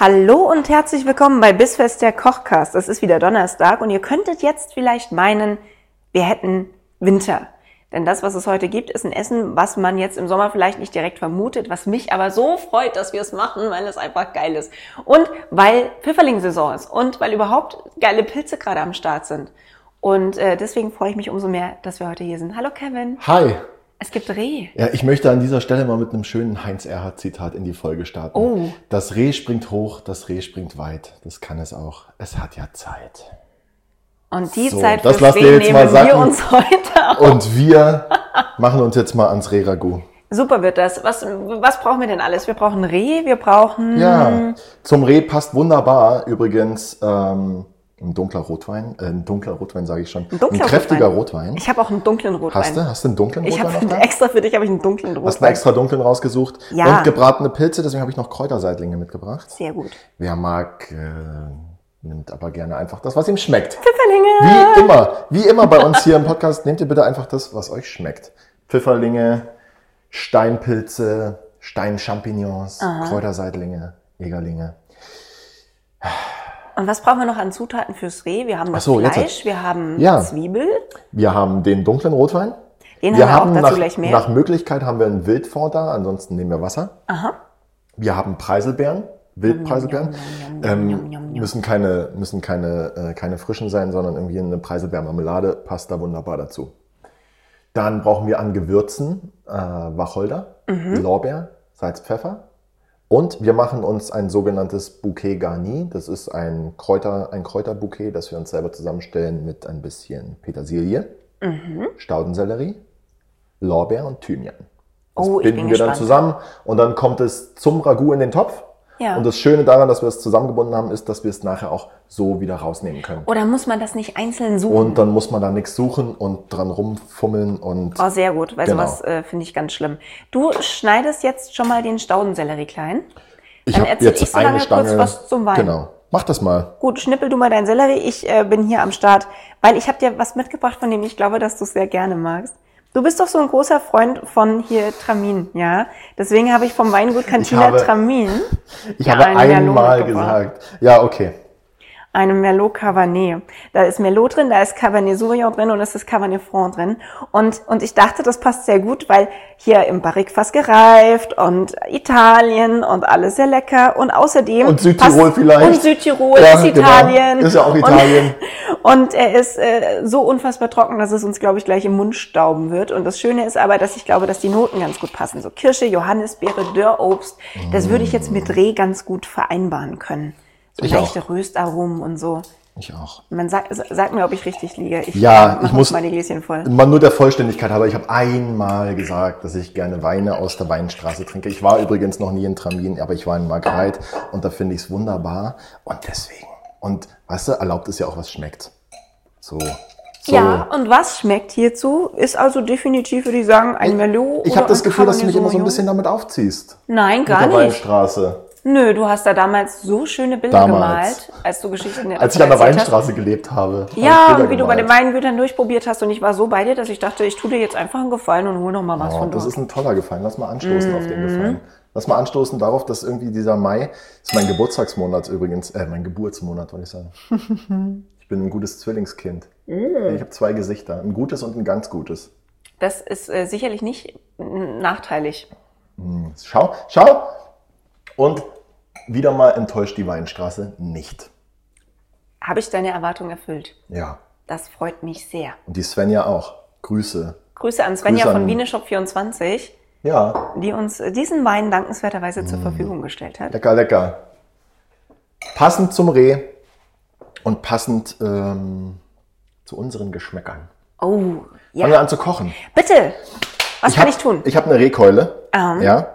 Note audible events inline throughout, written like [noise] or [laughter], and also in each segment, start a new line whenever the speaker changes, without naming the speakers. Hallo und herzlich willkommen bei Bissfest der Kochcast. Es ist wieder Donnerstag und ihr könntet jetzt vielleicht meinen, wir hätten Winter. Denn das, was es heute gibt, ist ein Essen, was man jetzt im Sommer vielleicht nicht direkt vermutet, was mich aber so freut, dass wir es machen, weil es einfach geil ist. Und weil Pfifferlingssaison ist und weil überhaupt geile Pilze gerade am Start sind. Und äh, deswegen freue ich mich umso mehr, dass wir heute hier sind. Hallo Kevin.
Hi.
Es gibt Reh.
Ja, ich möchte an dieser Stelle mal mit einem schönen Heinz Erhard Zitat in die Folge starten.
Oh.
Das Reh springt hoch, das Reh springt weit. Das kann es auch. Es hat ja Zeit.
Und die
So,
Zeit
das
für
lasst ihr
Schweden
jetzt mal
nehmen wir
sacken.
uns [laughs] heute auf.
Und wir machen uns jetzt mal ans Reh-Ragout.
Super wird das. Was, was brauchen wir denn alles? Wir brauchen Reh, wir brauchen... Mhm.
Ja, zum Reh passt wunderbar übrigens ähm, ein dunkler Rotwein. Äh, ein dunkler Rotwein sage ich schon. Ein,
dunkler
kräftiger Rotwein.
Ich habe auch einen dunklen Rotwein.
Hast du? Hast du einen dunklen
Ich
Rotwein
habe
noch da?
extra für dich habe ich einen dunklen Rotwein.
Hast einen extra dunklen rausgesucht.
Ja.
Und gebratene Pilze, deswegen habe ich noch Kräuterseitlinge mitgebracht.
Sehr gut.
Wer mag, äh, nimmt aber gerne einfach das, was ihm schmeckt.
Pfifferlinge.
Wie immer, wie immer bei uns hier im Podcast, nehmt ihr bitte einfach das, was euch schmeckt. Pfifferlinge, Steinpilze, Steinchampignons, Kräuterseitlinge, Egerlinge.
Und was brauchen wir noch an Zutaten fürs Reh? Wir haben
Ach
das
so, jetzt-
Fleisch, wir haben
Ja.
Zwiebel.
Wir haben den dunklen Rotwein.
Den
wir
haben
haben
wir auch dazu
nach,
gleich mehr.
nach Möglichkeit haben wir einen Wildfond da, ansonsten nehmen wir Wasser.
Aha.
Wir haben Preiselbeeren, Wildpreiselbeeren.
Yum, yum, yum, yum, yum, yum,
Ähm,
yum.
müssen keine, müssen keine, äh, keine frischen sein, sondern irgendwie eine Preiselbeermarmelade passt da wunderbar dazu. Dann brauchen wir an Gewürzen äh, Wacholder,
Mhm.
Lorbeer, Salz, Pfeffer. Und wir machen uns ein sogenanntes Bouquet Garni. Das ist ein, Kräuter, ein Kräuterbouquet, das wir uns selber zusammenstellen mit ein bisschen Petersilie, Staudensellerie, Lorbeer und Thymian. Das
Oh, ich bin
binden wir dann
gespannt.
zusammen und dann kommt es zum Ragout in den Topf.
Ja.
Und das Schöne daran, dass wir es zusammengebunden haben, ist, dass wir es nachher auch so wieder rausnehmen können.
Oder muss man das nicht einzeln suchen?
Und dann muss man da nichts suchen und dran rumfummeln und
Oh, sehr gut, weil
Genau.
sowas äh, finde ich ganz schlimm. Du schneidest jetzt schon mal den Staudensellerie klein.
ich
dann
habe
erzähl
jetzt
ich so lange
eine
kurz
Stange.
was zum Wein.
Genau. Mach das mal.
Gut, schnippel du mal deinen Sellerie. Ich äh, bin hier am Start, weil ich habe dir was mitgebracht, von dem ich glaube, dass du es sehr gerne magst. Du bist doch so ein großer Freund von hier Tramin, ja? Deswegen habe ich vom Weingut Cantina
habe-
Tramin
Ich habe
einen Merlot
einmal
mitgebracht.
gesagt. Ja, okay.
eine Merlot Cabernet. Da ist Merlot drin, da ist Cabernet Sauvignon drin und es ist Cabernet Franc drin. Und, und ich dachte, das passt sehr gut, weil hier im Barrikfass gereift und Italien und alles sehr lecker. Und außerdem...
Und Südtirol
passt-
vielleicht.
Und Südtirol
Ja,
ist
genau.
Italien.
Ist ja auch Italien.
Und, und er ist äh, so unfassbar trocken, dass es uns, glaube ich, gleich im Mund stauben wird. Und das Schöne ist aber, dass ich glaube, dass die Noten ganz gut passen. So Kirsche, Johannisbeere, Dörrobst. Das würde ich jetzt mit Reh ganz gut vereinbaren können. So
Ich
leichte Röstaromen und so.
Ich auch.
Man sagt, sag mir, ob ich richtig liege. Ich
Ja,
mach
ich muss-
meine Gläschen voll.
Mal nur der Vollständigkeit halber, ich habe einmal gesagt, dass ich gerne Weine aus der Weinstraße trinke. Ich war übrigens noch nie in Tramin, aber ich war in Margreit und da finde ich es wunderbar und deswegen. Und weißt du, erlaubt ist ja auch, was schmeckt. So. so.
Ja, und was schmeckt hierzu? Ist also definitiv, würde ich sagen, ein Merlot.
Ich
oder
habe das
ein
Gefühl, dass du mich
Cabernet
immer so ein bisschen
Sauvignon.
damit aufziehst.
Nein, gar
mit der
nicht.
Weinstraße.
Nö, du hast da damals so schöne Bilder
Damals.
gemalt, als du Geschichten
Als ich an der
erzählt hast.
Weinstraße gelebt habe. habe ich
Ja,
Bilder
und wie du bei den
gemalt.
Weingütern durchprobiert hast und ich war so bei dir, dass ich dachte, ich tue dir jetzt einfach einen Gefallen und hole noch mal was
Oh,
von
das
dort.
ist
Mhm.
ein toller Gefallen. Lass mal anstoßen auf den Gefallen. Lass mal anstoßen darauf, dass irgendwie dieser Mai, ist mein Geburtstagsmonat übrigens, äh, mein Geburtsmonat, wollte ich sagen.
[laughs]
ich bin ein gutes Zwillingskind.
Oh.
Ich habe zwei Gesichter, ein gutes und ein ganz gutes.
Das ist äh, sicherlich nicht n- nachteilig.
Schau, schau! Und wieder mal enttäuscht die Weinstraße nicht.
Habe ich deine Erwartung erfüllt?
Ja.
Das freut mich sehr.
Und die Svenja auch. Grüße.
Grüße an Svenja
Grüße
von
an-
Wieneshop24,
Ja,
die uns äh, diesen Wein dankenswerterweise
Hm.
zur Verfügung gestellt hat.
lecker, lecker. Passend zum Reh und passend ähm, zu unseren Geschmäckern.
Oh,
Fangen wir
ja.
an zu kochen.
Bitte! Was kann
hab,
ich tun?
Ich habe eine Rehkeule.
Ähm.
Ja.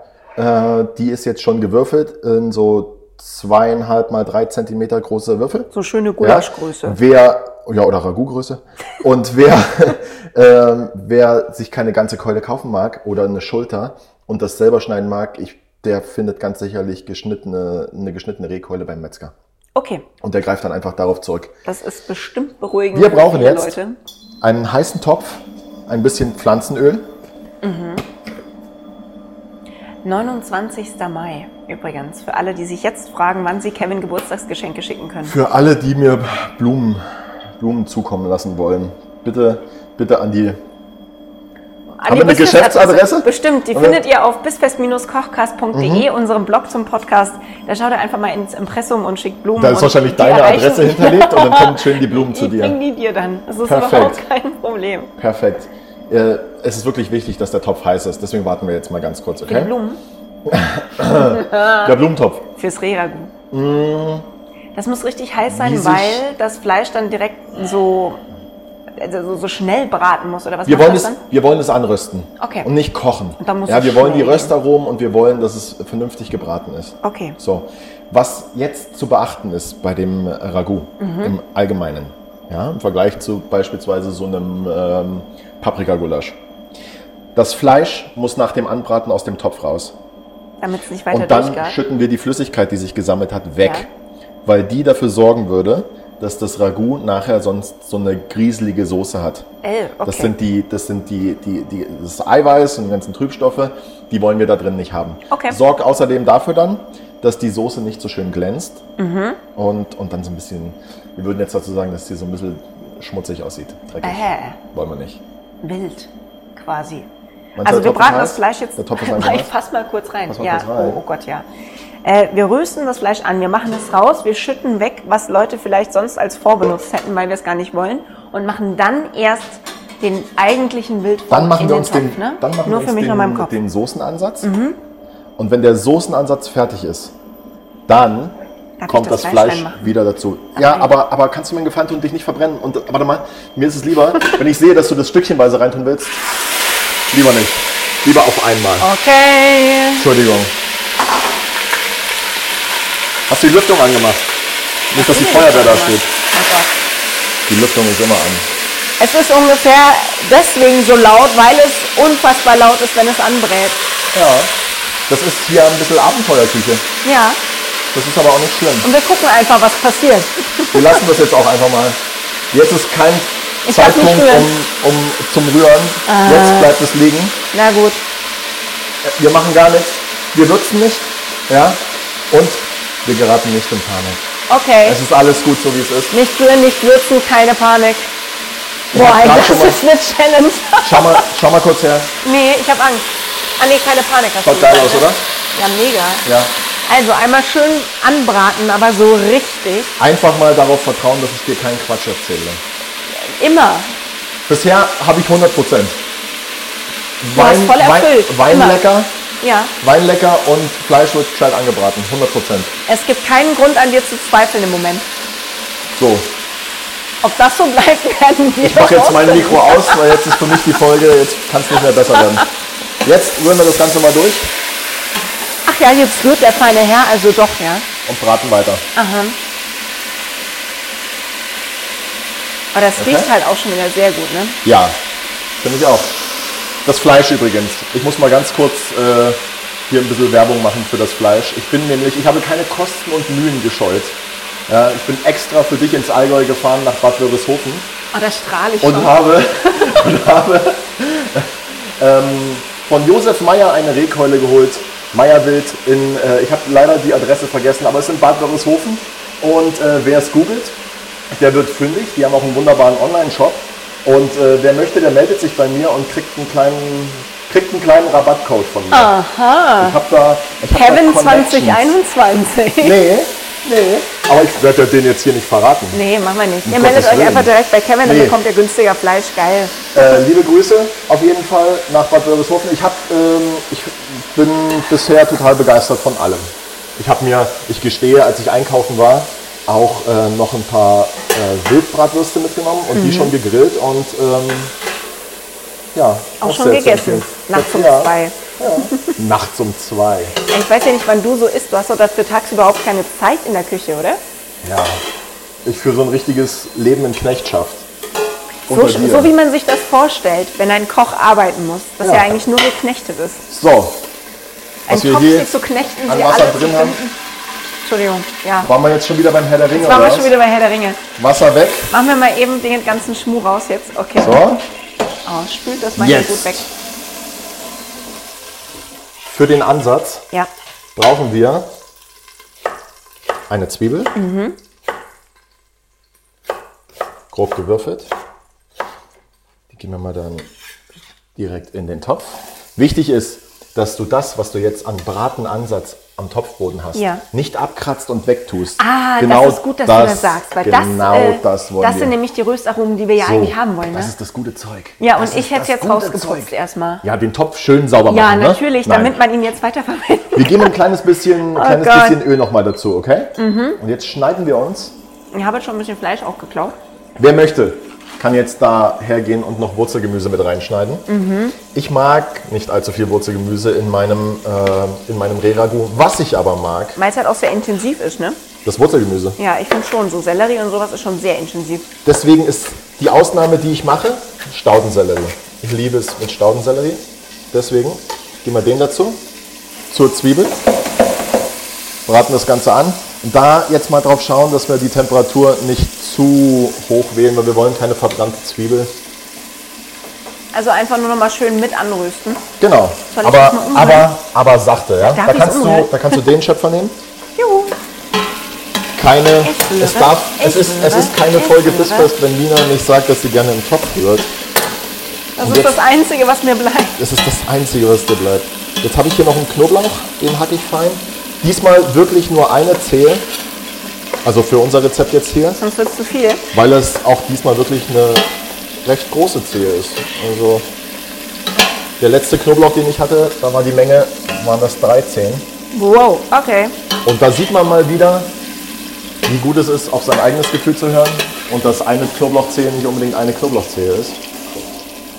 Äh, die ist jetzt schon gewürfelt in so zweieinhalb mal drei Zentimeter große Würfel.
So schöne
Ja,
Gulaschgröße.
wer, ja, oder Ragout-Größe. Und wer,
[laughs]
ähm, wer sich keine ganze Keule kaufen mag oder eine Schulter und das selber schneiden mag, ich, der findet ganz sicherlich geschnittene, eine geschnittene Rehkeule beim Metzger.
Okay,
Und der greift dann einfach darauf zurück.
das ist bestimmt beruhigend.
Wir
für
brauchen
viele
jetzt
Leute.
einen heißen Topf, ein bisschen Pflanzenöl.
29. Mai übrigens. Für alle, die sich jetzt fragen, wann sie Kevin Geburtstagsgeschenke schicken können.
Für alle, die mir Blumen, Blumen zukommen lassen wollen, bitte, bitte an die
An
wir eine
Bisfestadresse.
Geschäftsadresse?
Bestimmt, die
Oder? Mhm.
findet ihr auf bisfest-kochcast.de, unserem Blog zum Podcast. Da schaut ihr einfach mal ins Impressum und schickt Blumen.
Da ist
und
wahrscheinlich
die
deine
erreichen- [laughs]
Adresse hinterlegt und dann kommen schön die Blumen zu
Ich bring
dir.
die dir dann. Das ist
Perfekt.
überhaupt kein Problem.
Perfekt. Äh, es ist wirklich wichtig, dass der Topf heiß ist. Deswegen warten wir jetzt mal ganz kurz,
Die
okay?
Blumen
Der Blumentopf.
fürs Rehragout. Das muss richtig heiß sein,
Mhm. Wie sich-
weil das Fleisch dann direkt so, also so, so schnell braten muss oder was
Wir
macht
wollen,
das
es,
dann?
wir wollen es anrösten
Okay.
und nicht kochen.
Und dann muss
ja,
es
wir wollen die
schnell gehen.
Röstaromen und wir wollen, dass es vernünftig gebraten ist.
Okay.
So, was jetzt zu beachten ist bei dem Ragout
Mhm.
im Allgemeinen, ja, im Vergleich zu beispielsweise so einem ähm, Paprikagulasch. Das Fleisch muss nach dem Anbraten aus dem Topf raus.
Damit es nicht weiter
Und dann
durchgart.
schütten wir die Flüssigkeit, die sich gesammelt hat, weg.
Ja.
Weil die dafür sorgen würde, dass das Ragout nachher sonst so eine grieselige Soße hat.
Äh, okay.
Das sind die, das sind die, die, die, das Eiweiß und die ganzen Trübstoffe, die wollen wir da drin nicht haben.
Okay.
Sorg außerdem dafür dann, dass die Soße nicht so schön glänzt
Mhm.
und, und dann so ein bisschen, wir würden jetzt dazu sagen, dass die so ein bisschen schmutzig aussieht. Dreckig.
Ähä.
Wollen wir nicht.
wild quasi.
Meinst du,
also
der
wir
Topf ist
braten
heiß?
das Fleisch jetzt. [laughs]
Der Topf ist einfach
ich
heiß?
fass mal kurz rein.
Fass mal
ja.
kurz
Oh,
rein.
oh Gott, ja. Äh, wir rösten das Fleisch an, wir machen es raus, wir schütten weg, was Leute vielleicht sonst als vorbenutzt hätten, weil wir es gar nicht wollen, und machen dann erst den eigentlichen Wildfond
Dann machen
in
wir uns
Topf,
den,
ne?
dann machen
Nur
wir uns
für mich
den,
und meinem Kopf. Mhm.
den Soßenansatz. Und wenn der Soßenansatz fertig ist, dann
Darf
kommt
ich das
das,
Fleisch
Fleisch
reinmachen?
wieder dazu. Ja, aber, aber kannst du mir einen Gefallen tun und dich nicht verbrennen? Und warte mal, mir ist es lieber,
[laughs]
wenn ich sehe, dass du das stückchenweise reintun willst, lieber nicht. Lieber auf einmal.
Oh. Okay.
Entschuldigung. Hast du die Lüftung angemacht? Nicht, dass die Feuerwehr da steht.
Oh Gott.
Die Lüftung ist immer an.
Es ist ungefähr deswegen so laut, weil es unfassbar laut ist, wenn es anbrät.
Ja. Das ist hier ein bisschen Abenteuerküche.
Ja.
Das ist aber auch nicht schlimm.
Und wir gucken einfach, was passiert. [laughs]
Wir lassen das jetzt auch einfach mal. Jetzt ist kein
Ich darf nicht
Zeitpunkt um,
rühren.
um, zum Rühren.
Ah.
Jetzt bleibt es liegen.
Na gut.
Wir machen gar nichts. Wir würzen nicht. Ja? Und wir geraten nicht in Panik.
Okay.
Es ist alles gut, so wie es ist.
Nicht rühren, nicht würzen, keine Panik. Boah,
hab grad
das
schon mal-
ist eine Challenge. [laughs]
Schau mal, schau mal kurz her.
nee, ich habe Angst. Ah nee, keine Panik. hast du
Schaut geil
gesagt,
aus,
ne?
oder?
Ja, mega.
Ja.
Also einmal schön anbraten, aber so richtig.
Einfach mal darauf vertrauen, dass ich dir keinen Quatsch erzähle.
Immer.
Bisher habe ich 100 Prozent.
hast voll erfüllt.
Wein, Wein
Immer.
lecker,
Ja.
Wein lecker und Fleisch wird gescheit angebraten. 100 Prozent.
Es gibt keinen Grund an dir zu zweifeln im Moment.
So,
Ob das so bleibt, [laughs] werden wir
Ich mache jetzt mein
rausfinden.
Mikro aus, weil jetzt ist für mich die Folge, jetzt kann es nicht mehr besser werden. Jetzt rühren wir das Ganze mal durch
Ach ja, jetzt rührt der feine Herr, also doch, ja.
und braten weiter.
Aha. Aber das
Okay.
riecht halt auch schon wieder sehr gut, ne?
Ja, finde ich auch. Das Fleisch übrigens. Ich muss mal ganz kurz äh, hier ein bisschen Werbung machen für das Fleisch. Ich bin nämlich, ich habe keine Kosten und Mühen gescheut. Ja, ich bin extra für dich ins Allgäu gefahren nach Bad Wörishofen
Oh, da strahle ich
und
schon.
habe, [laughs] und habe ähm, von Josef Meyer eine Rehkeule geholt. Meyerwild in, äh, ich habe leider die Adresse vergessen, aber es ist in Bad Wörishofen. Und äh, wer es googelt, der wird fündig. Die haben auch einen wunderbaren Online-Shop. Und äh, wer möchte, der meldet sich bei mir und kriegt einen kleinen, kriegt einen kleinen Rabattcode von mir. Aha. Ich habe da, ich hab
Kevin
da Connections.
2021.
Nee, nee. Aber ich werde den jetzt hier nicht verraten.
Nee, machen wir nicht. Ihr
Um
meldet
Gottes
euch einfach
Willen.
direkt bei Kevin, dann
Nee.
bekommt ihr günstiger Fleisch. Geil.
Äh, liebe Grüße auf jeden Fall nach Bad Wörishofen. Ich, hab, ähm, ich bin bisher total begeistert von allem. Ich habe mir, ich gestehe, als ich einkaufen war, auch äh, noch ein paar äh, Wildbratwürste mitgenommen
Mhm.
und die schon gegrillt und ähm, ja,
Auch
sehr
schon
zu
gegessen.
empfehlen.
Nachts um
Ja,
zwei.
Nachts um zwei.
Ich weiß ja nicht, wann du so isst. Du hast doch dafür tagsüber überhaupt keine Zeit in der Küche, oder?
Ja. Ich führe so ein richtiges Leben in Knechtschaft.
So,
Unter
sch-
dir.
so wie man sich das vorstellt, wenn ein Koch arbeiten muss, dass
Ja.
er eigentlich nur geknechtet ist.
So,
Ein
was wir
Topf
hier
sich zu knechten,
an
sie
Wasser
alle
drin haben.
Entschuldigung, ja.
Waren wir jetzt schon wieder beim Herr der Ringe
Jetzt waren wir
oder
schon wieder bei Herr der Ringe.
was? Wasser weg.
Machen wir mal eben den ganzen Schmuh raus jetzt. Okay.
So,
Oh, spült das mal
Jetzt.
hier gut weg.
für den Ansatz
Ja.
brauchen wir eine Zwiebel.
Mhm.
Grob gewürfelt. Die geben wir mal dann direkt in den Topf. Wichtig ist, dass du das, was du jetzt an Bratenansatz am Topfboden hast,
Ja.
nicht abkratzt und wegtust.
Ah, das ist gut, dass du das sagst, weil
genau
das, äh,
das wollen
das
wir.
sind nämlich die Röstaromen, die wir ja
So,
eigentlich haben wollen.
Das
Ne?
ist das gute Zeug.
Ja,
das
und ich
ist
hätte
das
es jetzt
gute
rausgeputzt
Zeug.
erstmal.
Ja, den Topf schön sauber
Ja,
machen.
natürlich,
ne? Nein.
damit man ihn jetzt weiterverwenden
Wir geben ein
[laughs]
kleines bisschen, ein kleines
Gott. Mhm.
bisschen Öl nochmal dazu, okay? Und jetzt schneiden wir uns.
Ich habe jetzt schon ein bisschen Fleisch auch geklaut.
Wer möchte, kann jetzt da hergehen und noch Wurzelgemüse mit reinschneiden.
Mhm.
Ich mag nicht allzu viel Wurzelgemüse in meinem, äh, in meinem Reragu. Was ich aber mag,
Weil es halt auch sehr intensiv ist, ne?
das Wurzelgemüse.
Ja, ich finde schon, so Sellerie und sowas ist schon sehr intensiv.
Deswegen ist die Ausnahme, die ich mache, Staudensellerie. Ich liebe es mit Staudensellerie. Deswegen geben wir den dazu, zur Zwiebel, braten das Ganze an. Und da jetzt mal drauf schauen, dass wir die Temperatur nicht zu hoch wählen, weil wir wollen keine verbrannte Zwiebel.
Also einfach nur noch mal schön mit anrösten.
Genau,
Soll ich das
aber,
mal umrühren?
aber, aber sachte. Ja?
Darf
Da,
ich's
kannst du,
umrühren?
da kannst du den Schöpfer nehmen.
Juhu.
Keine,
Ich
es,
rühre,
darf, es,
ich
ist, es
rühre,
ist keine
ich
Folge
rühre.
Bissfest, wenn Nina nicht sagt, dass sie gerne im Topf rührt.
Das
Und
ist
jetzt-
das Einzige, was mir bleibt.
Das ist das Einzige, was dir bleibt. Jetzt habe ich hier noch einen Knoblauch, den hacke ich fein. Diesmal wirklich nur eine Zehe, also für unser Rezept jetzt hier,
Sonst wird es zu viel.
weil es auch diesmal wirklich eine recht große Zehe ist. Also der letzte Knoblauch, den ich hatte, da war die Menge, waren das drei Zehen.
Wow, okay.
Und da sieht man mal wieder, wie gut es ist, auf sein eigenes Gefühl zu hören und dass eine Knoblauchzehe nicht unbedingt eine Knoblauchzehe ist.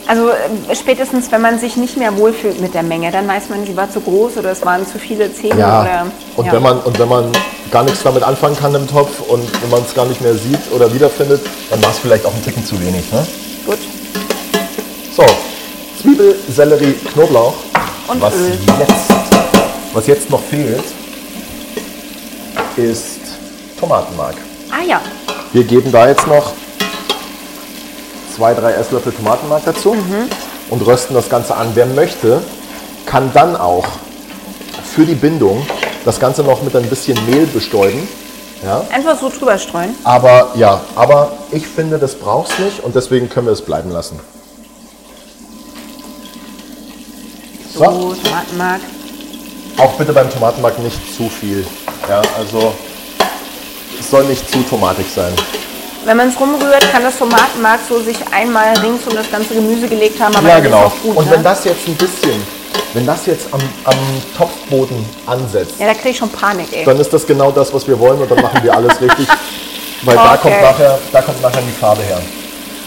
Also äh, spätestens, wenn man sich nicht mehr wohlfühlt mit der Menge, dann weiß man, sie war zu groß oder es waren zu viele Zähne.
Ja,
Oder,
und, Wenn man, und wenn man gar nichts damit anfangen kann im Topf und wenn man es gar nicht mehr sieht oder wiederfindet, dann war es vielleicht auch ein Ticken zu wenig. Ne?
Gut.
So, Zwiebel, Sellerie, Knoblauch.
Und
was,
Öl.
Jetzt, was jetzt noch fehlt, ist Tomatenmark.
Ah ja,
Wir geben da jetzt noch zwei, drei Esslöffel Tomatenmark dazu und rösten das Ganze an. Wer möchte, kann dann auch für die Bindung das Ganze noch mit ein bisschen Mehl bestäuben. Ja,
einfach so drüber streuen.
aber ja, aber ich finde, das brauchst nicht und deswegen können wir es bleiben lassen.
So,
So,
Tomatenmark.
auch bitte beim Tomatenmark nicht zu viel. Ja, also es soll nicht zu tomatig sein.
Wenn man es rumrührt, kann das Tomatenmark so sich einmal rings um das ganze Gemüse gelegt haben. Aber
Ja,
dann ist
genau.
auch Gut,
und
ne?
wenn das jetzt ein bisschen, wenn das jetzt am, am Topfboden ansetzt,
ja, da kriege ich schon Panik, ey.
dann ist das genau das, was wir wollen und dann machen wir
[laughs]
alles richtig. Weil da,
Okay.
kommt nachher, da kommt nachher die Farbe her.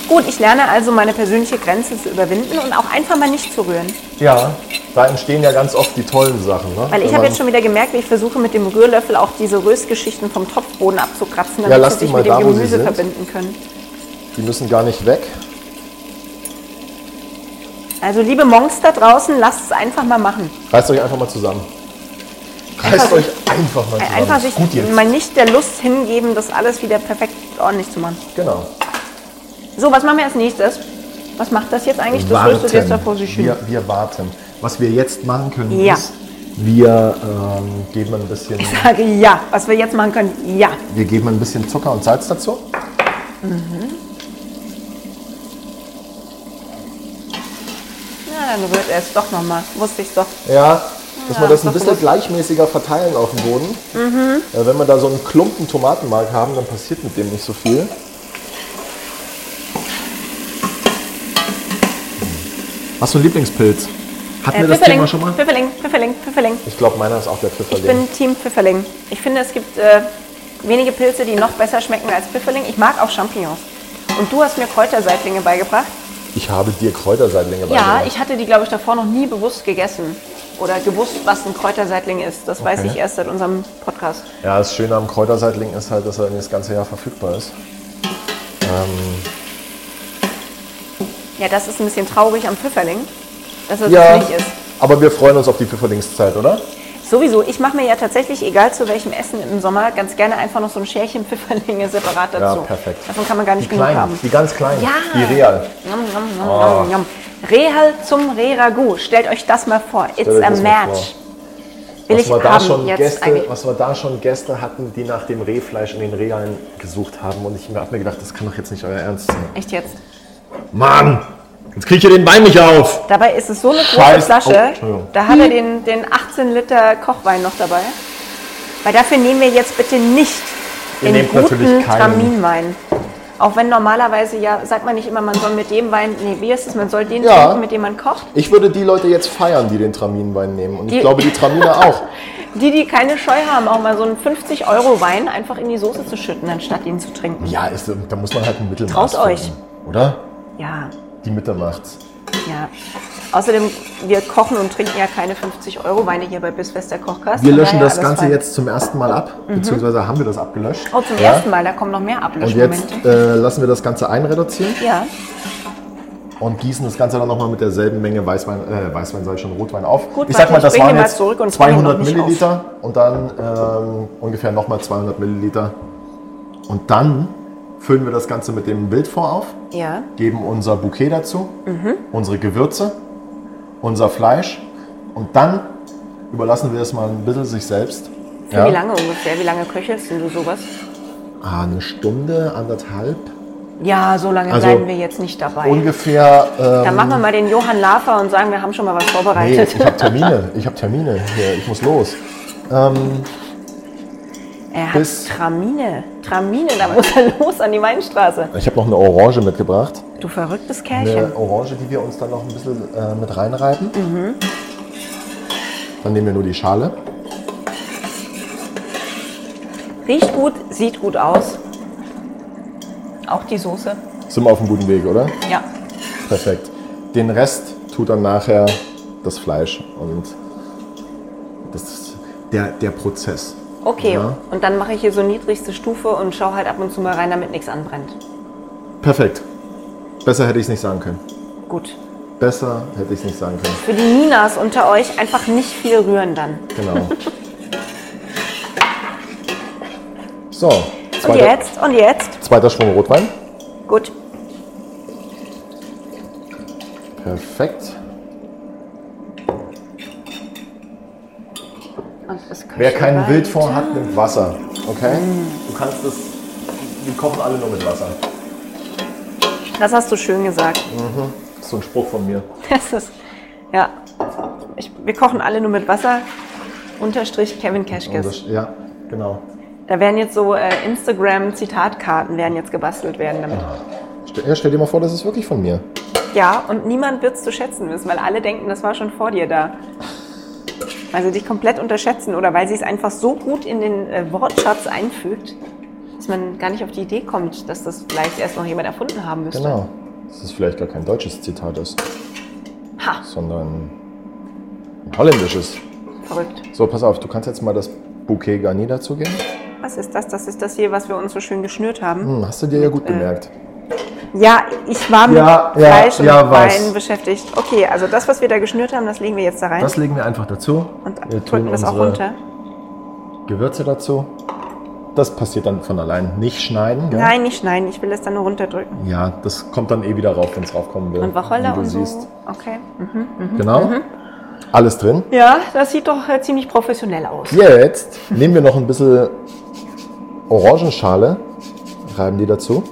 Gut, ich lerne also meine persönliche Grenze zu überwinden und auch einfach mal nicht zu rühren.
Ja, da entstehen ja ganz oft die tollen Sachen. Ne?
Weil ich
Wenn
habe
man-
jetzt schon wieder gemerkt, wie ich versuche mit dem Rührlöffel auch diese Röstgeschichten vom Topfboden abzukratzen, damit
Ja, lass
sie
die
sich
mal
mit dem
da, wo sie
Gemüse
sind.
verbinden können.
Die müssen gar nicht weg.
Also liebe Monks da draußen, lasst es einfach mal machen.
Reißt euch einfach mal zusammen. Reißt
Einfach-
euch einfach mal zusammen.
Einfach
Ist
sich
Also, Gut jetzt.
mal nicht der Lust hingeben, das alles wieder perfekt ordentlich zu machen.
Genau.
So, was machen wir als nächstes? Was macht das jetzt eigentlich? Das rührst du jetzt da vor sich hin.
wir, wir warten. Was wir jetzt machen können,
Ja.
ist, wir ähm, geben ein bisschen.
Ich sage ja. Was wir jetzt machen können, ja.
Wir geben ein bisschen Zucker und Salz dazu.
Na, dann rührt er es doch nochmal. Wusste ich doch.
Ja, dass wir das
ist
ein
doch
bisschen
gut.
gleichmäßiger verteilen auf dem Boden.
Mhm.
Äh, wenn wir da so einen Klumpen Tomatenmark haben, dann passiert mit dem nicht so viel. Hast du einen Lieblingspilz? Hatten wir das Thema schon mal?
Äh, Pfifferling, Pfifferling, Pfifferling.
Ich glaube, meiner ist auch der
Ich
Pfifferling.
bin Team Pfifferling. Ich finde, es gibt äh, wenige Pilze, die noch besser schmecken als Pfifferling. Ich mag auch Champignons. Und du hast mir Kräuterseitlinge beigebracht.
Ich habe dir Kräuterseitlinge
Ja,
beigebracht.
ich hatte die, glaube ich, davor noch nie bewusst gegessen. oder gewusst, was ein Kräuterseitling ist. Das weiß
Okay.
ich erst seit unserem Podcast.
Ja, das Schöne am Kräuterseitling ist halt, dass er das ganze Jahr verfügbar ist.
Ja, das ist ein bisschen traurig am Pfifferling, dass das
Ja,
nicht ist.
aber wir freuen uns auf die Pfifferlingszeit, oder?
Sowieso, ich mache mir ja tatsächlich, egal zu welchem Essen im Sommer, ganz gerne einfach noch so ein Schärchen Pfifferlinge separat dazu.
Ja, perfekt.
Davon kann man gar nicht
die
genug
kleinen,
haben.
Die Oh. ganz kleinen,
Ja.
die real.
Nom, nom, nom, nom, nom. Rehal zum Rehragu. Stellt euch das mal vor. It's
euch
a
das mal
match. Will
Was
ich
wir, da
haben
schon
jetzt
Gäste,
eigentlich.
was wir da schon Gäste hatten, die nach dem Rehfleisch in den Realen gesucht haben. Und ich habe mir gedacht, das kann doch jetzt nicht euer Ernst sein.
Echt jetzt.
Mann, jetzt kriege ich hier den Wein nicht auf.
Dabei ist es so eine große
Scheiß- Oh,
Flasche.
Entschuldigung.
da hat er den, den 18 Liter Kochwein noch dabei. Weil dafür nehmen wir jetzt bitte nicht
Ihr
den
nehmt natürlich
guten
keinen.
Traminwein. Auch wenn normalerweise ja, sagt man nicht immer, man soll mit dem Wein, nee, wie ist es, man soll den
Ja.
trinken, mit dem man kocht.
Ich würde die Leute jetzt feiern, die den Traminwein nehmen. Und ich
Die-
glaube, die Traminer auch.
Die, die keine Scheu haben, auch mal so einen 50-Euro-Wein einfach in die Soße zu schütten, anstatt ihn zu trinken.
[laughs] Ja, ist, da muss man halt ein
Traut
Mittelmaß finden,
euch.
Oder?
Ja,
Die Mitte macht's.
ja. Außerdem, wir kochen und trinken ja keine 50-Euro-Weine hier bei Biswester Kochkast.
Wir
Von
löschen
daher
das
alles
Ganze
fein.
jetzt zum ersten Mal ab, beziehungsweise haben wir das abgelöscht.
Mhm. Oh, zum
Ja.
ersten Mal, da kommen noch mehr
Und
Ablöschmomente.
jetzt äh, lassen wir das Ganze einreduzieren
Ja,
und gießen das Ganze dann nochmal mit derselben Menge Weißwein, äh, Weißwein sag ich schon, Rotwein auf.
Gut,
ich sag
warte,
mal,
ich
das
bring
waren
den mal
jetzt
zurück und bring ihn noch
200
nicht
Milliliter und dann ähm, ungefähr nochmal 200 Milliliter. Und dann füllen wir das Ganze mit dem Wildfond auf,
ja.
geben unser Bouquet dazu,
Mhm.
unsere Gewürze, unser Fleisch und dann überlassen wir es mal ein bisschen sich selbst.
Für wie lange ungefähr? Wie lange köchelst denn du sowas?
Ah, eine Stunde, anderthalb.
Ja, so lange
Also,
bleiben wir jetzt nicht dabei.
Ungefähr. Ähm,
Dann machen wir mal den Johann Lafer und sagen, wir haben schon mal was
nee,
vorbereitet.
ich habe Termine. Ich habe Termine. Hier, ich muss los.
er hat
bis-
Tramine. Tramine, da muss er los an die Weinstraße.
Ich habe noch eine Orange mitgebracht.
Du verrücktes Kerlchen.
Eine Orange, die wir uns dann noch ein bisschen äh, mit reinreiben. Dann nehmen wir nur die Schale.
Riecht gut, sieht gut aus. Auch die Soße.
Sind wir auf einem guten Weg, oder?
Ja.
Perfekt. Den Rest tut dann nachher das Fleisch und das ist der, der Prozess.
Okay,
Ja.
und dann mache ich hier so niedrigste Stufe und schaue halt ab und zu mal rein, damit nichts anbrennt.
Perfekt. Besser hätte ich es nicht sagen können.
Gut.
Besser hätte ich es nicht sagen können.
Für die Ninas unter euch einfach nicht viel rühren dann.
Genau. So,
Und
zweiter,
jetzt, und jetzt.
zweiter Schwung Rotwein.
Gut.
Perfekt.
Und das
Wer
Köchelwein.
keinen Wildfond hat, nimmt Wasser. Okay? Du kannst das. Wir kochen alle nur mit Wasser.
Das hast du schön gesagt. [laughs]
Das ist so ein Spruch von mir.
Das ist, ja. Ich, wir kochen alle nur mit Wasser. Unterstrich Kevin
Und
Cashkiss.
das, ja, genau.
Da werden jetzt so äh, Instagram-Zitatkarten werden jetzt gebastelt werden damit.
Ah. Ste- Ja, stell dir mal vor, das ist wirklich von mir.
Ja, und niemand wird es zu schätzen wissen, weil alle denken, das war schon vor dir da. Weil sie dich komplett unterschätzen oder weil sie es einfach so gut in den äh, Wortschatz einfügt, dass man gar nicht auf die Idee kommt, dass das vielleicht erst noch jemand erfunden haben müsste.
Genau. Dass es vielleicht gar kein deutsches Zitat ist,
Ha,
sondern ein holländisches.
verrückt.
So, pass auf, du kannst jetzt mal das Bouquet Garni dazugeben.
Was ist das? Das ist das hier, was wir uns so schön geschnürt haben.
Hm, hast du dir ja
äh,
gut bemerkt.
Ja, ich war mit
Ja, ja,
Fleisch und
ja, weiß.
Wein beschäftigt. Okay, also das, was wir da geschnürt haben, das legen wir jetzt da rein
Das legen wir einfach dazu.
und
wir tun
drücken das auch
unsere
runter.
Gewürze dazu. Das passiert dann von allein. Nicht schneiden. Gell?
Nein, nicht schneiden. Ich will das dann nur runterdrücken.
Ja, das kommt dann eh wieder rauf, wenn es raufkommen will.
Und Wacholder
wie du
und so. Mhm.
siehst.
Okay.
Genau. Alles drin.
Ja, das sieht doch äh, ziemlich professionell aus.
Jetzt nehmen wir noch ein bisschen Orangenschale, reiben die dazu.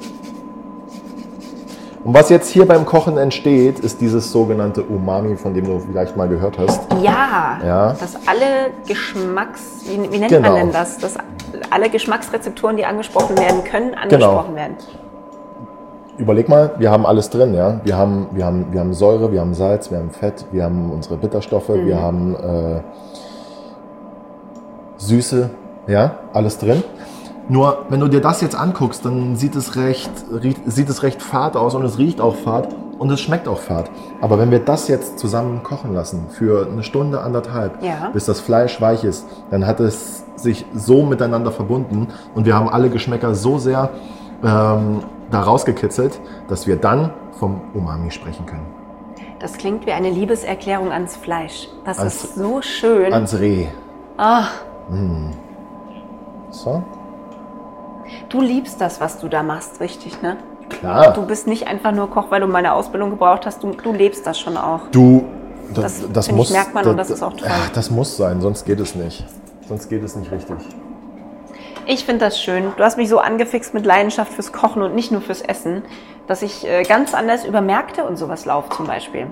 Und was jetzt hier beim Kochen entsteht, ist dieses sogenannte Umami, von dem du vielleicht mal gehört hast.
Ja,
Ja.
dass alle Geschmacks... Wie, wie nennt
Genau.
man denn das? Dass alle Geschmacksrezeptoren, die angesprochen werden können,
Genau.
angesprochen werden.
Überleg mal, wir haben alles drin, ja. Wir haben, wir haben, wir haben Säure, wir haben Salz, wir haben Fett, wir haben unsere Bitterstoffe,
Mhm.
wir haben äh, Süße, ja, alles drin. Nur, wenn du dir das jetzt anguckst, dann sieht es recht, rie- sieht es recht fad aus und es riecht auch fad. Und es schmeckt auch fad. Aber wenn wir das jetzt zusammen kochen lassen für eine Stunde, anderthalb,
Ja.
bis das Fleisch weich ist, dann hat es sich so miteinander verbunden und wir haben alle Geschmäcker so sehr ähm, da rausgekitzelt, dass wir dann vom Umami sprechen können.
Das klingt wie eine Liebeserklärung ans Fleisch. Das
Ans-
ist so schön.
Ans Reh. Hm.
Ah,
So,
du liebst das, was du da machst, richtig, ne?
klar.
Du bist nicht einfach nur Koch, weil du meine Ausbildung gebraucht hast. Du, du lebst das schon auch.
Du,
Das, finde ich, merkt man und das ist auch toll.
Ja, das muss sein, sonst geht es nicht. Sonst geht es nicht richtig.
Ich finde das schön. Du hast mich so angefixt mit Leidenschaft fürs Kochen und nicht nur fürs Essen, dass ich äh, ganz anders über Märkte und sowas laufe zum Beispiel.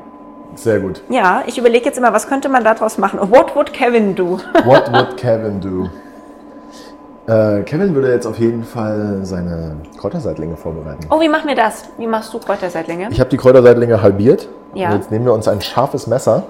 Sehr gut.
Ja, ich überlege jetzt immer, was könnte man daraus machen? What would Kevin do?
What
[laughs]
would Kevin do? Äh, Kevin würde jetzt auf jeden Fall seine Kräuterseitlinge vorbereiten.
Oh, wie machen wir das? Wie machst du Kräuterseitlinge?
Ich habe die Kräuterseitlinge halbiert.
Ja. Mhm.
Und jetzt nehmen wir uns ein scharfes Messer,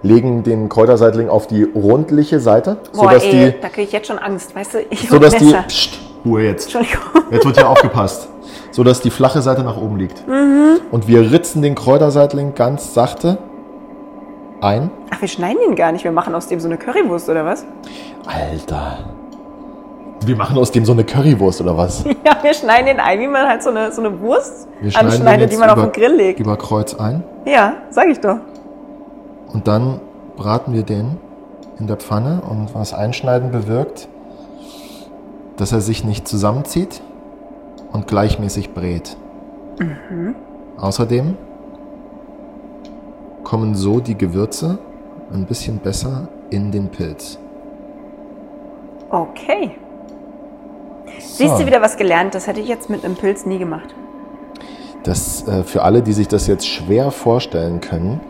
legen den Kräuterseitling auf die rundliche Seite,
Boah,
sodass
ey,
die,
da kriege ich jetzt schon Angst, weißt du? Ich
sodass
hol
die,
Messer.
pst, Ruhe jetzt.
Entschuldigung.
Jetzt wird hier aufgepasst. So dass die flache Seite nach oben liegt.
Mhm.
Und wir ritzen den Kräuterseitling ganz sachte ein.
Ach, wir schneiden ihn gar nicht. Wir machen aus dem so eine Currywurst oder was? [laughs]
Alter. Wir machen aus dem so eine Currywurst oder was?
Ja, wir schneiden ihn ein, wie man halt so eine, so eine Wurst
Wir schneiden den
anschneidet, die
jetzt
man auf
über-
den Grill legt.
Über Kreuz ein.
Ja, sag ich doch.
Und dann braten wir den in der Pfanne. Und was Einschneiden bewirkt, dass er sich nicht zusammenzieht und gleichmäßig brät.
Mhm.
Außerdem kommen so die Gewürze ein bisschen besser in den Pilz.
Okay.
So.
Siehst du wieder was gelernt? Das hätte ich jetzt mit einem Pilz nie gemacht.
Das, äh, für alle, die sich das jetzt schwer vorstellen können,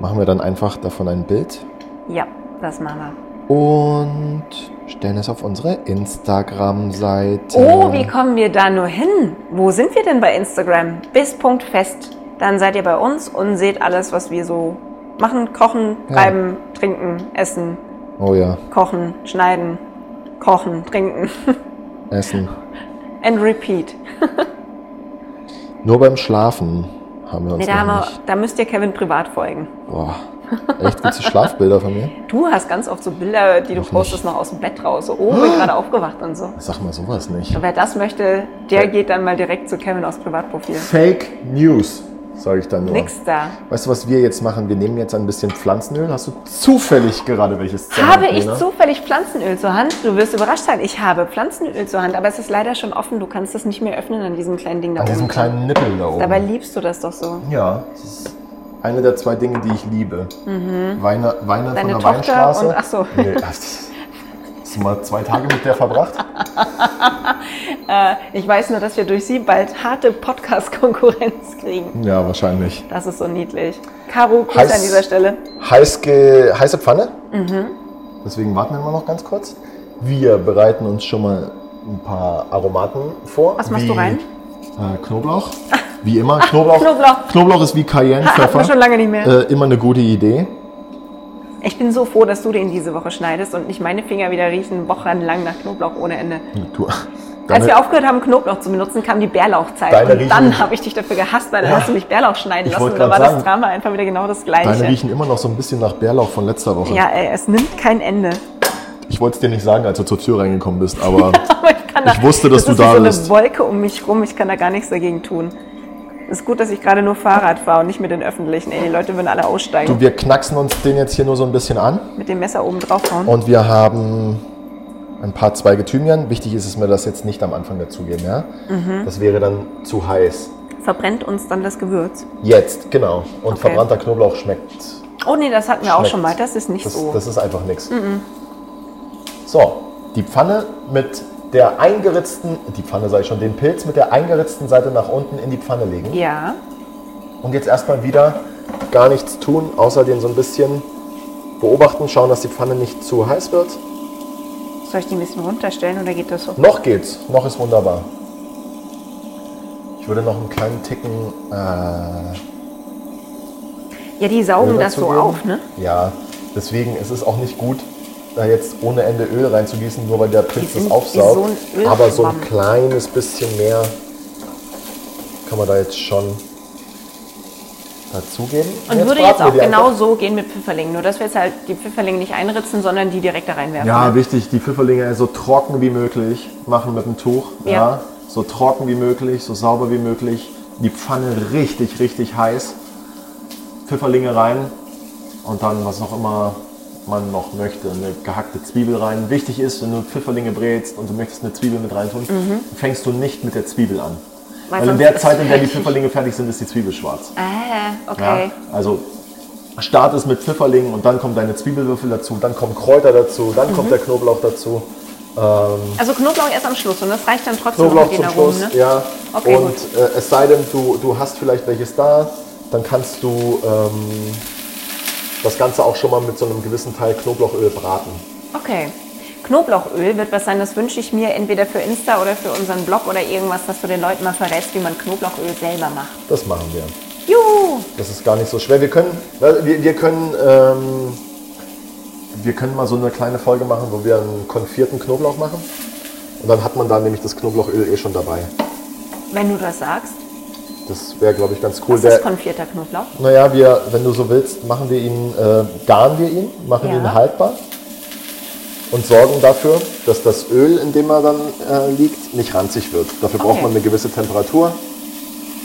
machen wir dann einfach davon ein Bild
Ja, das machen
und stellen es auf unsere Instagram-Seite.
wir. Oh, wie kommen wir da nur hin? Wo sind wir denn bei Instagram? Bis Punkt fest. Dann seid ihr bei uns und seht alles, was wir so machen. Kochen,
Ja.
treiben, trinken, essen,
Oh ja,
kochen, schneiden, kochen, trinken. [laughs]
Essen.
And repeat.
Nur beim Schlafen haben wir uns
Nee, da, haben
noch
wir,
nicht.
da müsst ihr Kevin privat folgen.
Boah,
[laughs]
echt gute Schlafbilder von mir?
Du hast ganz oft so Bilder, die du
Noch
postest,
nicht.
noch aus dem Bett raus. So, oh,
[gasps]
bin gerade aufgewacht und so.
Sag mal sowas nicht.
Und wer das möchte, der geht dann mal direkt zu Kevin aus Privatprofil.
Fake News, sage ich dann nur.
Nix da.
Weißt du, was wir jetzt machen? Wir nehmen jetzt ein bisschen Pflanzenöl. Hast du zufällig gerade welches zur
Habe
Hand,
ich
Lena?
zufällig Pflanzenöl zur Hand? Du wirst überrascht sein. Ich habe Pflanzenöl zur Hand, aber es ist leider schon offen. Du kannst es nicht mehr öffnen an diesem kleinen Ding da
An
oben.
diesem kleinen Nippel da oben.
Dabei liebst du das doch so.
Ja, das ist eine der zwei Dinge, die ich liebe. Weine, Weine von
Mhm. Deine
der
Tochter
Weinstraße.
und- ach so.
Nee, hast, hast du mal zwei Tage mit der verbracht?
[laughs] Ich weiß nur, dass wir durch sie bald harte Podcast-Konkurrenz kriegen.
Ja, wahrscheinlich.
Das ist so niedlich. Caro, Grüße
Heiß-
an dieser Stelle.
Heiß ge, heiße Pfanne.
Mhm.
Deswegen warten wir mal noch ganz kurz. Wir bereiten uns schon mal ein paar Aromaten vor.
Was machst du
wie,
rein?
Äh, Knoblauch.
[laughs]
Wie immer, Knoblauch.
Knoblauch.
Knoblauch ist
[laughs]
wie Cayenne,
Ha, hatten wir
Pfeffer.
schon lange nicht mehr.
Äh, immer eine gute Idee.
Ich bin so froh, dass du den diese Woche schneidest und nicht meine Finger wieder riechen wochenlang nach Knoblauch ohne Ende.
Du,
Als wir aufgehört haben, Knoblauch zu benutzen, kam die Bärlauchzeit.
Deine
und
riechen-
dann habe ich dich dafür gehasst, weil dann
Ja.
hast du mich Bärlauch schneiden
Ich
lassen.
wollte
Und dann war
grad
das
sagen,
Drama einfach wieder genau das Gleiche.
deine riechen immer noch so ein bisschen nach Bärlauch von letzter Woche.
Ja, ey, es nimmt kein Ende.
Ich wollte es dir nicht sagen, als du zur Tür reingekommen bist,
[laughs]
aber
Aber ich, kann
Ich wusste, dass
das
du da
ist wie
bist.
so eine Wolke um mich rum. Ich kann da gar nichts dagegen tun. Es ist gut, dass ich gerade nur Fahrrad fahre und nicht mit den Öffentlichen. Ey, die Leute würden alle aussteigen.
du, wir knacksen uns den jetzt hier nur so ein bisschen an
mit dem Messer oben draufhauen.
und wir haben ein paar Zweige Thymian. Wichtig ist es mir, das jetzt nicht am Anfang dazugeben, ja?
Mhm.
Das wäre dann zu heiß.
Verbrennt uns dann das Gewürz.
Jetzt, genau. Und
Okay.
verbrannter Knoblauch schmeckt.
Oh nee, das hatten wir auch
schmeckt.
schon mal. Das ist nicht
das,
so. Mhm.
Das ist einfach nichts. So, die Pfanne mit der eingeritzten, die Pfanne sage ich schon, den Pilz mit der eingeritzten Seite nach unten in die Pfanne legen.
ja.
Und jetzt erstmal wieder gar nichts tun, außer den so ein bisschen beobachten, schauen, dass die Pfanne nicht zu heiß wird.
Soll ich die ein bisschen runterstellen oder geht das so?
Noch geht's, noch ist wunderbar. Ich würde noch einen kleinen Ticken. Äh,
Ja, die saugen
Öl
das so
dazugeben.
auf, ne?
Ja, deswegen ist es auch nicht gut, da jetzt ohne Ende Öl reinzugießen, nur weil der Pilz
sind
das
wie so
aufsaugt.
ein Ölschwamm.
Aber so ein kleines bisschen mehr kann kann man da jetzt schon dazugeben.
Und würde
braten
jetzt
wir
auch
die einfach.
genau so gehen mit Pfifferlingen. Nur, dass wir jetzt halt die Pfifferlinge nicht einritzen, sondern die direkt da reinwerfen.
Ja, wichtig, die Pfifferlinge so trocken wie möglich machen mit dem Tuch. Ja.
Ja.
So trocken wie möglich, so sauber wie möglich. Die Pfanne richtig, richtig heiß. Pfifferlinge rein und dann, was auch immer man noch möchte, eine gehackte Zwiebel rein. Wichtig ist, wenn du Pfifferlinge brätst und du möchtest eine Zwiebel mit reintun, fängst du nicht mit der Zwiebel an.
Weil
Weil, in
sonst
der
ist-
Zeit, in der die Pfifferlinge fertig sind, ist die Zwiebel schwarz.
Ah, okay.
Ja, also Start ist mit Pfifferlingen und dann kommen deine Zwiebelwürfel dazu, dann kommen Kräuter dazu, dann
Mhm.
kommt der Knoblauch dazu.
Also Knoblauch erst am Schluss und das reicht dann trotzdem noch
Knoblauch
mit
zum
den Aromen,
Schluss,
ne?
ja.
Okay,
und
gut.
äh, es sei denn, du, du hast vielleicht welches da, dann kannst du ähm, das Ganze auch schon mal mit so einem gewissen Teil Knoblauchöl braten.
Okay. Knoblauchöl wird was sein, das wünsche ich mir entweder für Insta oder für unseren Blog oder irgendwas, dass du den Leuten mal verrätst, wie man Knoblauchöl selber macht.
Das machen wir.
Juhu!
Das ist gar nicht so schwer. Wir können, wir, wir können, ähm, wir können mal so eine kleine Folge machen, wo wir einen konfierten Knoblauch machen. Und dann hat man da nämlich das Knoblauchöl eh schon dabei.
Wenn du das sagst,
Das wäre, glaube ich, ganz cool.
das ist
Der,
konfierter Knoblauch.
naja, wir, wenn du so willst, machen wir ihn, äh, garen wir ihn, machen
Ja.
ihn haltbar und sorgen dafür, dass das Öl, in dem er dann äh, liegt, nicht ranzig wird. Dafür braucht
Okay.
man eine gewisse Temperatur.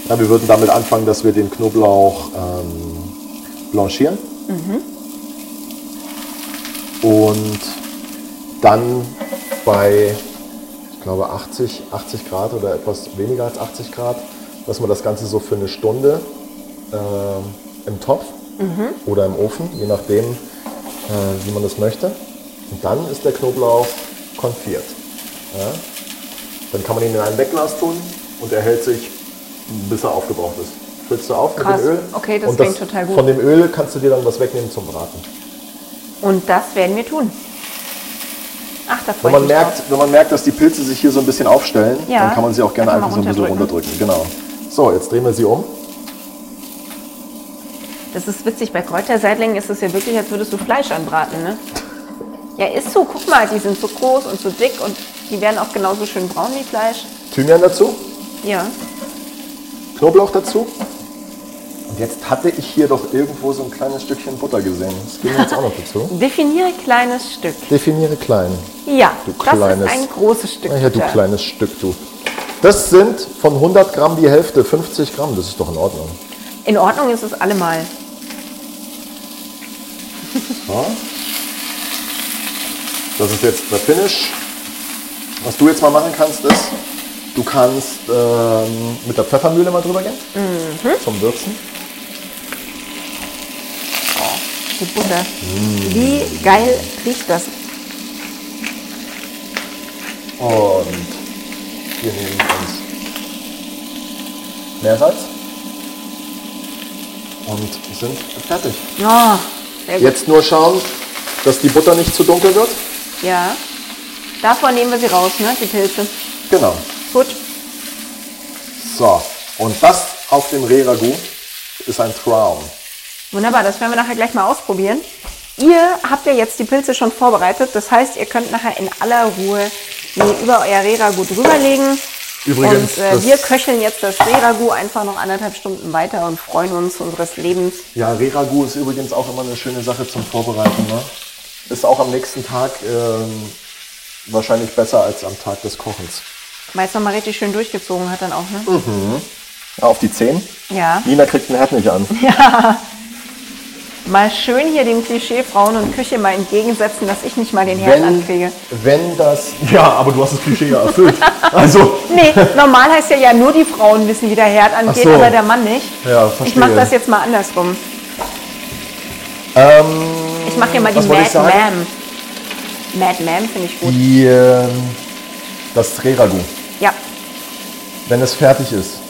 Ja, wir würden damit anfangen, dass wir den Knoblauch ähm, blanchieren.
Mhm.
Und dann bei, ich glaube, 80, 80 Grad oder etwas weniger als 80 Grad, dass man das Ganze so für eine Stunde ähm, im Topf
Mhm.
oder im Ofen, je nachdem, äh, wie man das möchte. Und dann ist der Knoblauch konfiert. Ja? Dann kann man ihn in ein Wegglas tun und er hält sich, bis er aufgebraucht ist. Füllst du auf
Krass.
mit dem Öl?
Okay, das
und
klingt total gut.
Von dem Öl kannst du dir dann was wegnehmen zum Braten.
Und das werden wir tun. Ach, da freue
Wenn
ich
man,
mich drauf.
merkt, wenn man merkt, dass die Pilze sich hier so ein bisschen aufstellen,
Ja.
dann kann man sie auch gerne
Einfach mal
einfach so ein bisschen runterdrücken.
runterdrücken.
Genau. So, jetzt drehen wir sie um.
Das ist witzig, bei Kräuterseitlingen ist es ja wirklich, als würdest du Fleisch anbraten, ne? Ja, ist so. Guck mal, die sind so groß und so dick und die werden auch genauso schön braun wie Fleisch.
Thymian dazu,
Ja.
Knoblauch dazu. Und jetzt hatte ich hier doch irgendwo so ein kleines Stückchen Butter gesehen. Das geben wir jetzt auch noch dazu.
Definiere kleines Stück.
[laughs] Definiere klein.
Ja,
Du
das
kleines-
ist ein großes Stück.
Na ja, du
Butter.
kleines Stück, du. Das sind von 100 Gramm die Hälfte, 50 Gramm. Das ist doch in Ordnung.
In Ordnung ist es allemal.
Ja. Das ist jetzt der Finish. Was du jetzt mal machen kannst, ist, du kannst ähm, mit der Pfeffermühle mal drüber gehen. Zum Würzen.
Die Butter.
Mm.
Wie geil riecht das?
Und wir nehmen uns Meersalz. Und sind fertig.
Oh, sehr gut.
Jetzt nur schauen, dass die Butter nicht zu dunkel wird.
Ja. Davon nehmen wir sie raus, ne? Die Pilze.
Genau.
Gut.
So. Und das auf dem Reh-Ragout ist ein Traum.
Wunderbar, das werden wir nachher gleich mal ausprobieren. Ihr habt ja jetzt die Pilze schon vorbereitet. Das heißt, ihr könnt nachher in aller Ruhe die über euer Rehragout drüberlegen.
Übrigens,
und äh,
das-
wir köcheln jetzt das Rehragout einfach noch anderthalb Stunden weiter und freuen uns unseres Lebens.
Ja, Reragu ist übrigens auch immer eine schöne Sache zum Vorbereiten. Ne? Ist auch am nächsten Tag ähm, wahrscheinlich besser als am Tag des Kochens.
Weil es nochmal richtig schön durchgezogen hat dann auch, ne?
Ja, auf die 10.
Ja.
Nina kriegt den Herd nicht an.
Mal schön hier dem Klischee Frauen und Küche mal entgegensetzen, dass ich nicht mal den Herd
Wenn,
ankriege.
wenn das. [laughs] Ja, aber du hast das Klischee ja
[laughs]
erfüllt. Also.
Nee, normal heißt ja, ja nur die Frauen wissen, wie der Herd angeht,
so.
aber der Mann nicht.
Ja, verstehe.
Ich mache das jetzt mal andersrum.
Ähm,
Ich mache hier mal die
Was wollte
Mad
ich sagen?
Ma'am. Mad Ma'am finde ich gut.
die, ähm, das Reragu.
Ja,
Wenn es fertig ist,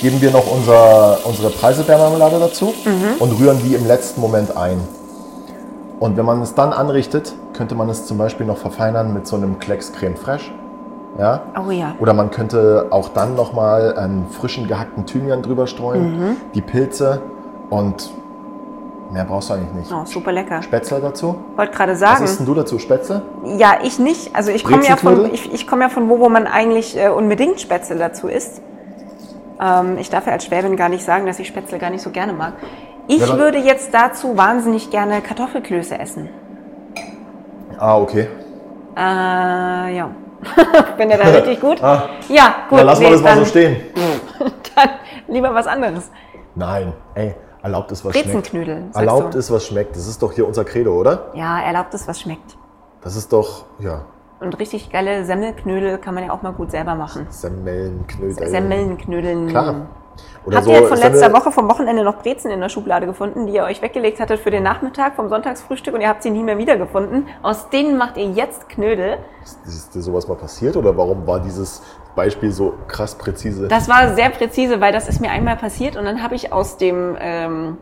geben wir noch unser, unsere Preiselbeermarmelade dazu
Mhm.
und rühren die im letzten Moment ein. Und wenn man es dann anrichtet, könnte man es zum Beispiel noch verfeinern mit so einem Klecks Creme Fraiche. Ja?
Oh ja.
Oder man könnte auch dann nochmal einen frischen gehackten Thymian drüber streuen,
Mhm.
die Pilze und mehr brauchst du eigentlich nicht.
oh, super lecker.
Spätzle dazu?
Wollte gerade
Was ist
sagen,
denn du dazu? Spätzle?
ja, ich nicht. Also ich komme ja von
Brezelknödel?
ich, ich komme ja von wo, wo man eigentlich äh, unbedingt Spätzle dazu isst. Ähm, ich darf ja als Schwäbin gar nicht sagen, dass ich Spätzle gar nicht so gerne mag. Ich
Ja, dann-
würde jetzt dazu wahnsinnig gerne Kartoffelklöße essen.
Ah, okay.
Äh, ja. [laughs] Bin ja da richtig gut?
[laughs] Ah.
Ja, gut.
Dann lassen wir
nee,
das mal so
dann-
stehen.
[laughs] Dann lieber was anderes.
Nein, ey, erlaubt ist, was
Brezenknödel,
schmeckt.
sagst
Erlaubt
du.
ist, was schmeckt. Das ist doch hier unser Credo, oder?
Ja, erlaubt es, was schmeckt.
Das ist doch, ja,
Und richtig geile Semmelknödel kann man ja auch mal gut selber machen.
Semmelnknödel.
Semmelnknödeln.
Klar. Oder
Habt ihr von
Semmel-
letzter Woche vom Wochenende noch Brezen in der Schublade gefunden, die ihr euch weggelegt hattet für den Nachmittag vom Sonntagsfrühstück und ihr habt sie nie mehr wiedergefunden? Aus denen macht ihr jetzt Knödel.
Ist dir sowas mal passiert oder warum war dieses Beispiel so krass präzise?
Das war sehr präzise, weil das ist mir einmal passiert und dann habe ich aus dem, ähm,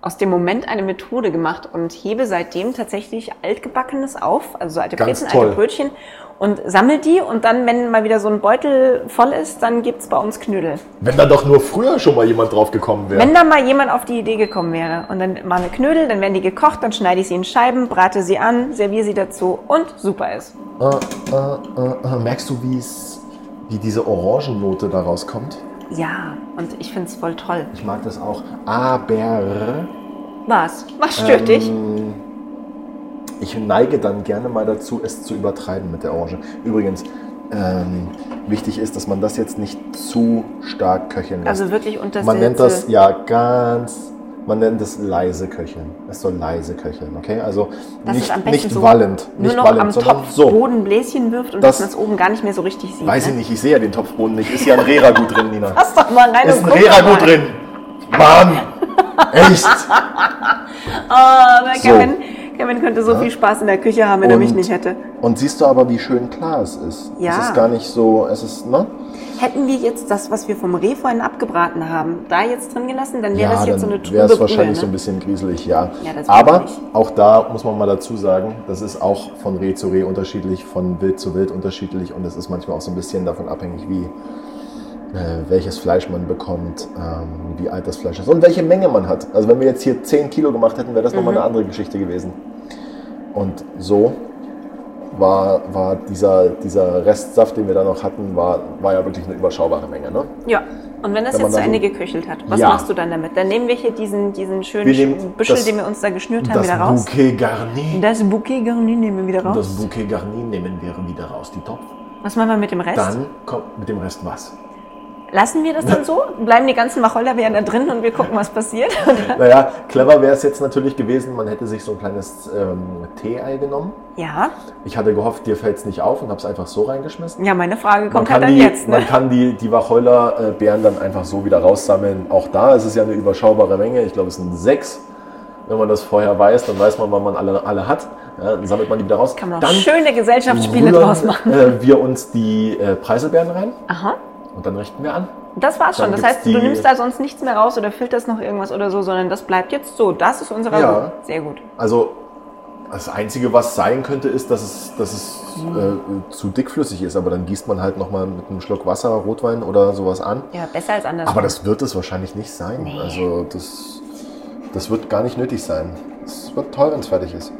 aus dem Moment eine Methode gemacht und hebe seitdem tatsächlich altgebackenes auf, also so alte
Ganz
Brezen,
toll.
alte Brötchen und sammel die und dann, wenn mal wieder so ein Beutel voll ist, dann gibt's bei uns Knödel.
Wenn da doch nur früher schon mal jemand drauf gekommen wäre.
Wenn da mal jemand auf die Idee gekommen wäre und dann mache Knödel, dann werden die gekocht, dann schneide ich sie in Scheiben, brate sie an, serviere sie dazu und super ist.
Äh, äh, äh, äh, merkst du, wie's, wie diese Orangennote da rauskommt?
Ja, und ich find's voll toll.
Ich mag das auch. Aber
Was? Was stört dich?
ich neige dann gerne mal dazu, es zu übertreiben mit der Orange. Übrigens, ähm, wichtig ist, dass man das jetzt nicht zu stark köcheln lässt.
Also wirklich unter
Man nennt
Silze.
das ja ganz. Man nennt es leise köcheln. Es soll leise köcheln, okay? Also
Dass es
nicht,
am besten
nicht
so
wallend.
Nur
Nicht
noch am
wallend, sondern
Topf
so.
Boden Bläschen wirft und
Das-
dass man es oben gar nicht mehr so richtig sieht.
Weiß ich
ne?
nicht, ich sehe ja den Topfboden nicht. Ist ja ein Rera gut drin, Nina.
Lass doch mal rein
Ist
und
ein
guck
Rera
mal.
gut drin. Mann!
[laughs]
Echt!
Aber
So.
Ah, Kevin, Kevin könnte so viel Spaß in der Küche haben, wenn er mich
Und-
nicht hätte.
Und siehst du aber, wie schön klar es ist.
Ja.
Es ist gar nicht so, es ist, ne?
Hätten wir jetzt das, was wir vom Reh vorhin abgebraten haben, da jetzt drin gelassen, dann wäre das jetzt so eine trübe
wäre es
Brühe,
wahrscheinlich
ne?
so ein bisschen grieselig, ja.
Ja, das
Aber
wollte ich nicht.
auch da muss man mal dazu sagen, das ist auch von Reh zu Reh unterschiedlich, von Wild zu Wild unterschiedlich und es ist manchmal auch so ein bisschen davon abhängig, wie äh, welches Fleisch man bekommt, ähm, wie alt das Fleisch ist und welche Menge man hat. Also wenn wir jetzt hier 10 Kilo gemacht hätten, wäre das
Mhm.
nochmal eine andere Geschichte gewesen. Und so war, war dieser, dieser Restsaft, den wir da noch hatten, war, war ja wirklich eine überschaubare Menge. Ne?
Ja, und wenn das
Wenn man
jetzt zu
da
Ende
so-
geköchelt hat, was
Ja.
machst du dann damit? Dann nehmen wir hier diesen, diesen schönen
Wir nehmen
Büschel,
das-
den wir uns da geschnürt haben,
das
wieder raus.
Bouquet Garni.
Das Bouquet Garni nehmen wir wieder raus.
Das Bouquet Garni nehmen wir wieder raus, die Topf.
was machen wir mit dem Rest?
Dann kommt mit dem Rest was?
Lassen wir das dann so? Bleiben die ganzen Wacholderbeeren da drin und wir gucken, was passiert?
Naja, clever wäre es jetzt natürlich gewesen, man hätte sich so ein kleines ähm, Tee-Ei genommen.
ja,
Ich hatte gehofft, dir fällt es nicht auf und habe es einfach so reingeschmissen.
ja, meine Frage
Man
kommt
kann,
halt dann
die,
jetzt.
man
Ne?
kann die, die Wacholderbeeren dann einfach so wieder raussammeln. Auch da ist es ja eine überschaubare Menge. Ich glaube, es sind sechs. Wenn man das vorher weiß, dann weiß man, wann man alle, alle hat. Ja, dann sammelt man die wieder raus.
Kann man auch
dann
schöne Gesellschaftsspiele
rühren,
draus machen.
Äh, wir uns die äh, Preiselbeeren rein
Aha,
und dann richten wir an.
das war's schon. Das
Dann gibt's
heißt, du
die-
nimmst da sonst nichts mehr raus oder filterst noch irgendwas oder so, sondern das bleibt jetzt so. Das ist unsere
Ja.
Ruhe. Sehr gut.
Also das Einzige, was sein könnte, ist, dass es, dass es äh, zu dickflüssig ist. Aber dann gießt man halt nochmal mit einem Schluck Wasser, Rotwein oder sowas an.
Ja, besser als anders.
Aber das wird es wahrscheinlich nicht sein.
Nee.
Also das, das wird gar nicht nötig sein. Es wird toll, wenn es fertig ist.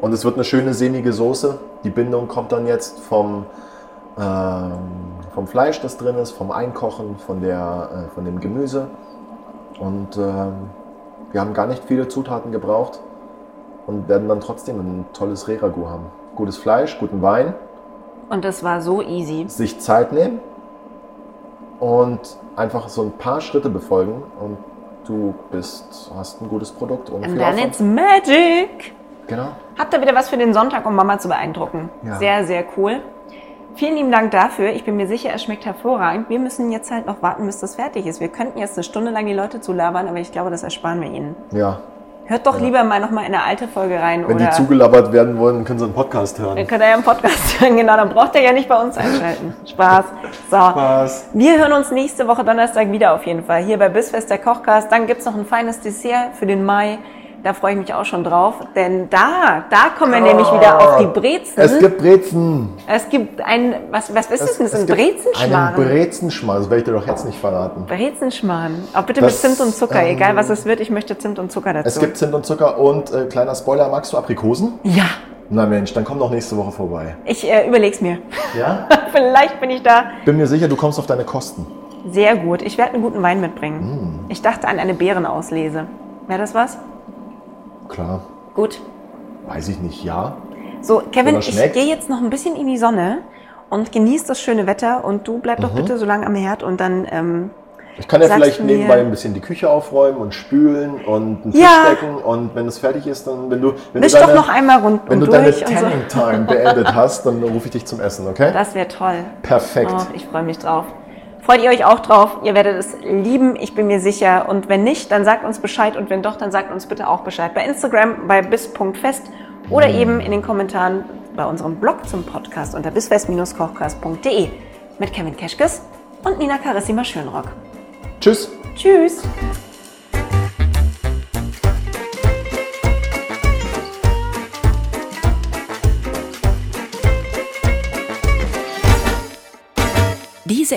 Und es wird eine schöne sämige Soße. Die Bindung kommt dann jetzt vom, ähm, vom Fleisch, das drin ist, vom Einkochen, von, der, äh, von dem Gemüse. Und ähm, wir haben gar nicht viele Zutaten gebraucht und werden dann trotzdem ein tolles Reragu haben. Gutes Fleisch, guten Wein
Und das war so easy.
sich Zeit nehmen und einfach so ein paar Schritte befolgen und du bist, hast ein gutes Produkt und
And
viel
then
Aufwand.
it's magic.
Genau.
Habt ihr wieder was für den Sonntag, um Mama zu beeindrucken?
Ja.
Sehr, sehr cool. Vielen lieben Dank dafür. Ich bin mir sicher, es schmeckt hervorragend. Wir müssen jetzt halt noch warten, bis das fertig ist. Wir könnten jetzt eine Stunde lang die Leute zulabern, aber ich glaube, das ersparen wir ihnen.
Ja.
Hört doch lieber mal nochmal in eine alte Folge rein.
Wenn
oder Äh,
die zugelabert werden wollen, können sie einen Podcast
Dann
hören.
könnt ihr ja im Podcast [laughs] hören, genau. Dann braucht ihr ja nicht bei uns
[laughs]
einschalten. Spaß. So.
Spaß.
Wir hören uns nächste Woche Donnerstag wieder auf jeden Fall. Hier bei Bissfest der Kochcast. Dann gibt's noch ein feines Dessert für den Mai. Da freue ich mich auch schon drauf. Denn da, da kommen wir nämlich wieder auf die Brezen.
Es gibt Brezen.
Es gibt ein, was, was ist denn das? Ein Brezenschmarrn?
Einen Brezenschmarrn. Das werde ich dir doch jetzt nicht verraten.
Brezenschmarrn. Auch bitte
Das,
mit Zimt und Zucker.
ähm,
Egal was es wird, ich möchte Zimt und Zucker dazu.
Es gibt Zimt und Zucker und äh, kleiner Spoiler, magst du Aprikosen?
ja,
Na Mensch, dann komm doch nächste Woche vorbei.
ich äh, überleg's mir. [laughs]
Ja?
Vielleicht bin ich da.
Bin mir sicher, du kommst auf deine Kosten.
Sehr gut. Ich werde einen guten Wein mitbringen.
Mm.
Ich dachte an eine Beerenauslese. Wäre das was?
Klar,
Gut.
weiß ich nicht, ja.
So, Kevin,
Wenn er
ich
schmeckt.
gehe jetzt noch ein bisschen in die Sonne und genieß das schöne Wetter und du
Mhm.
bleib doch bitte so lange am Herd und dann ähm,
Ich kann ja
Sagst
vielleicht
du mir-
nebenbei ein bisschen die Küche aufräumen und spülen und einen
Ja.
Tisch decken und wenn es fertig ist, dann wenn du wenn
misch
du
doch
deine,
noch einmal rund
wenn
und
du deine
durch und so.
Tanning Time
[laughs]
beendet hast, dann rufe ich dich zum Essen, okay?
Das wäre toll.
Perfekt.
Oh, ich freue mich drauf. Freut ihr euch auch drauf? Ihr werdet es lieben, ich bin mir sicher. Und wenn nicht, dann sagt uns Bescheid. Und wenn doch, dann sagt uns bitte auch Bescheid. Bei Instagram, bei bis.fest oder eben in den Kommentaren bei unserem Blog zum Podcast unter bisfest-kochkast.de mit Kevin Keschkes und Nina Carissima Schönrock.
Tschüss.
Tschüss! Diese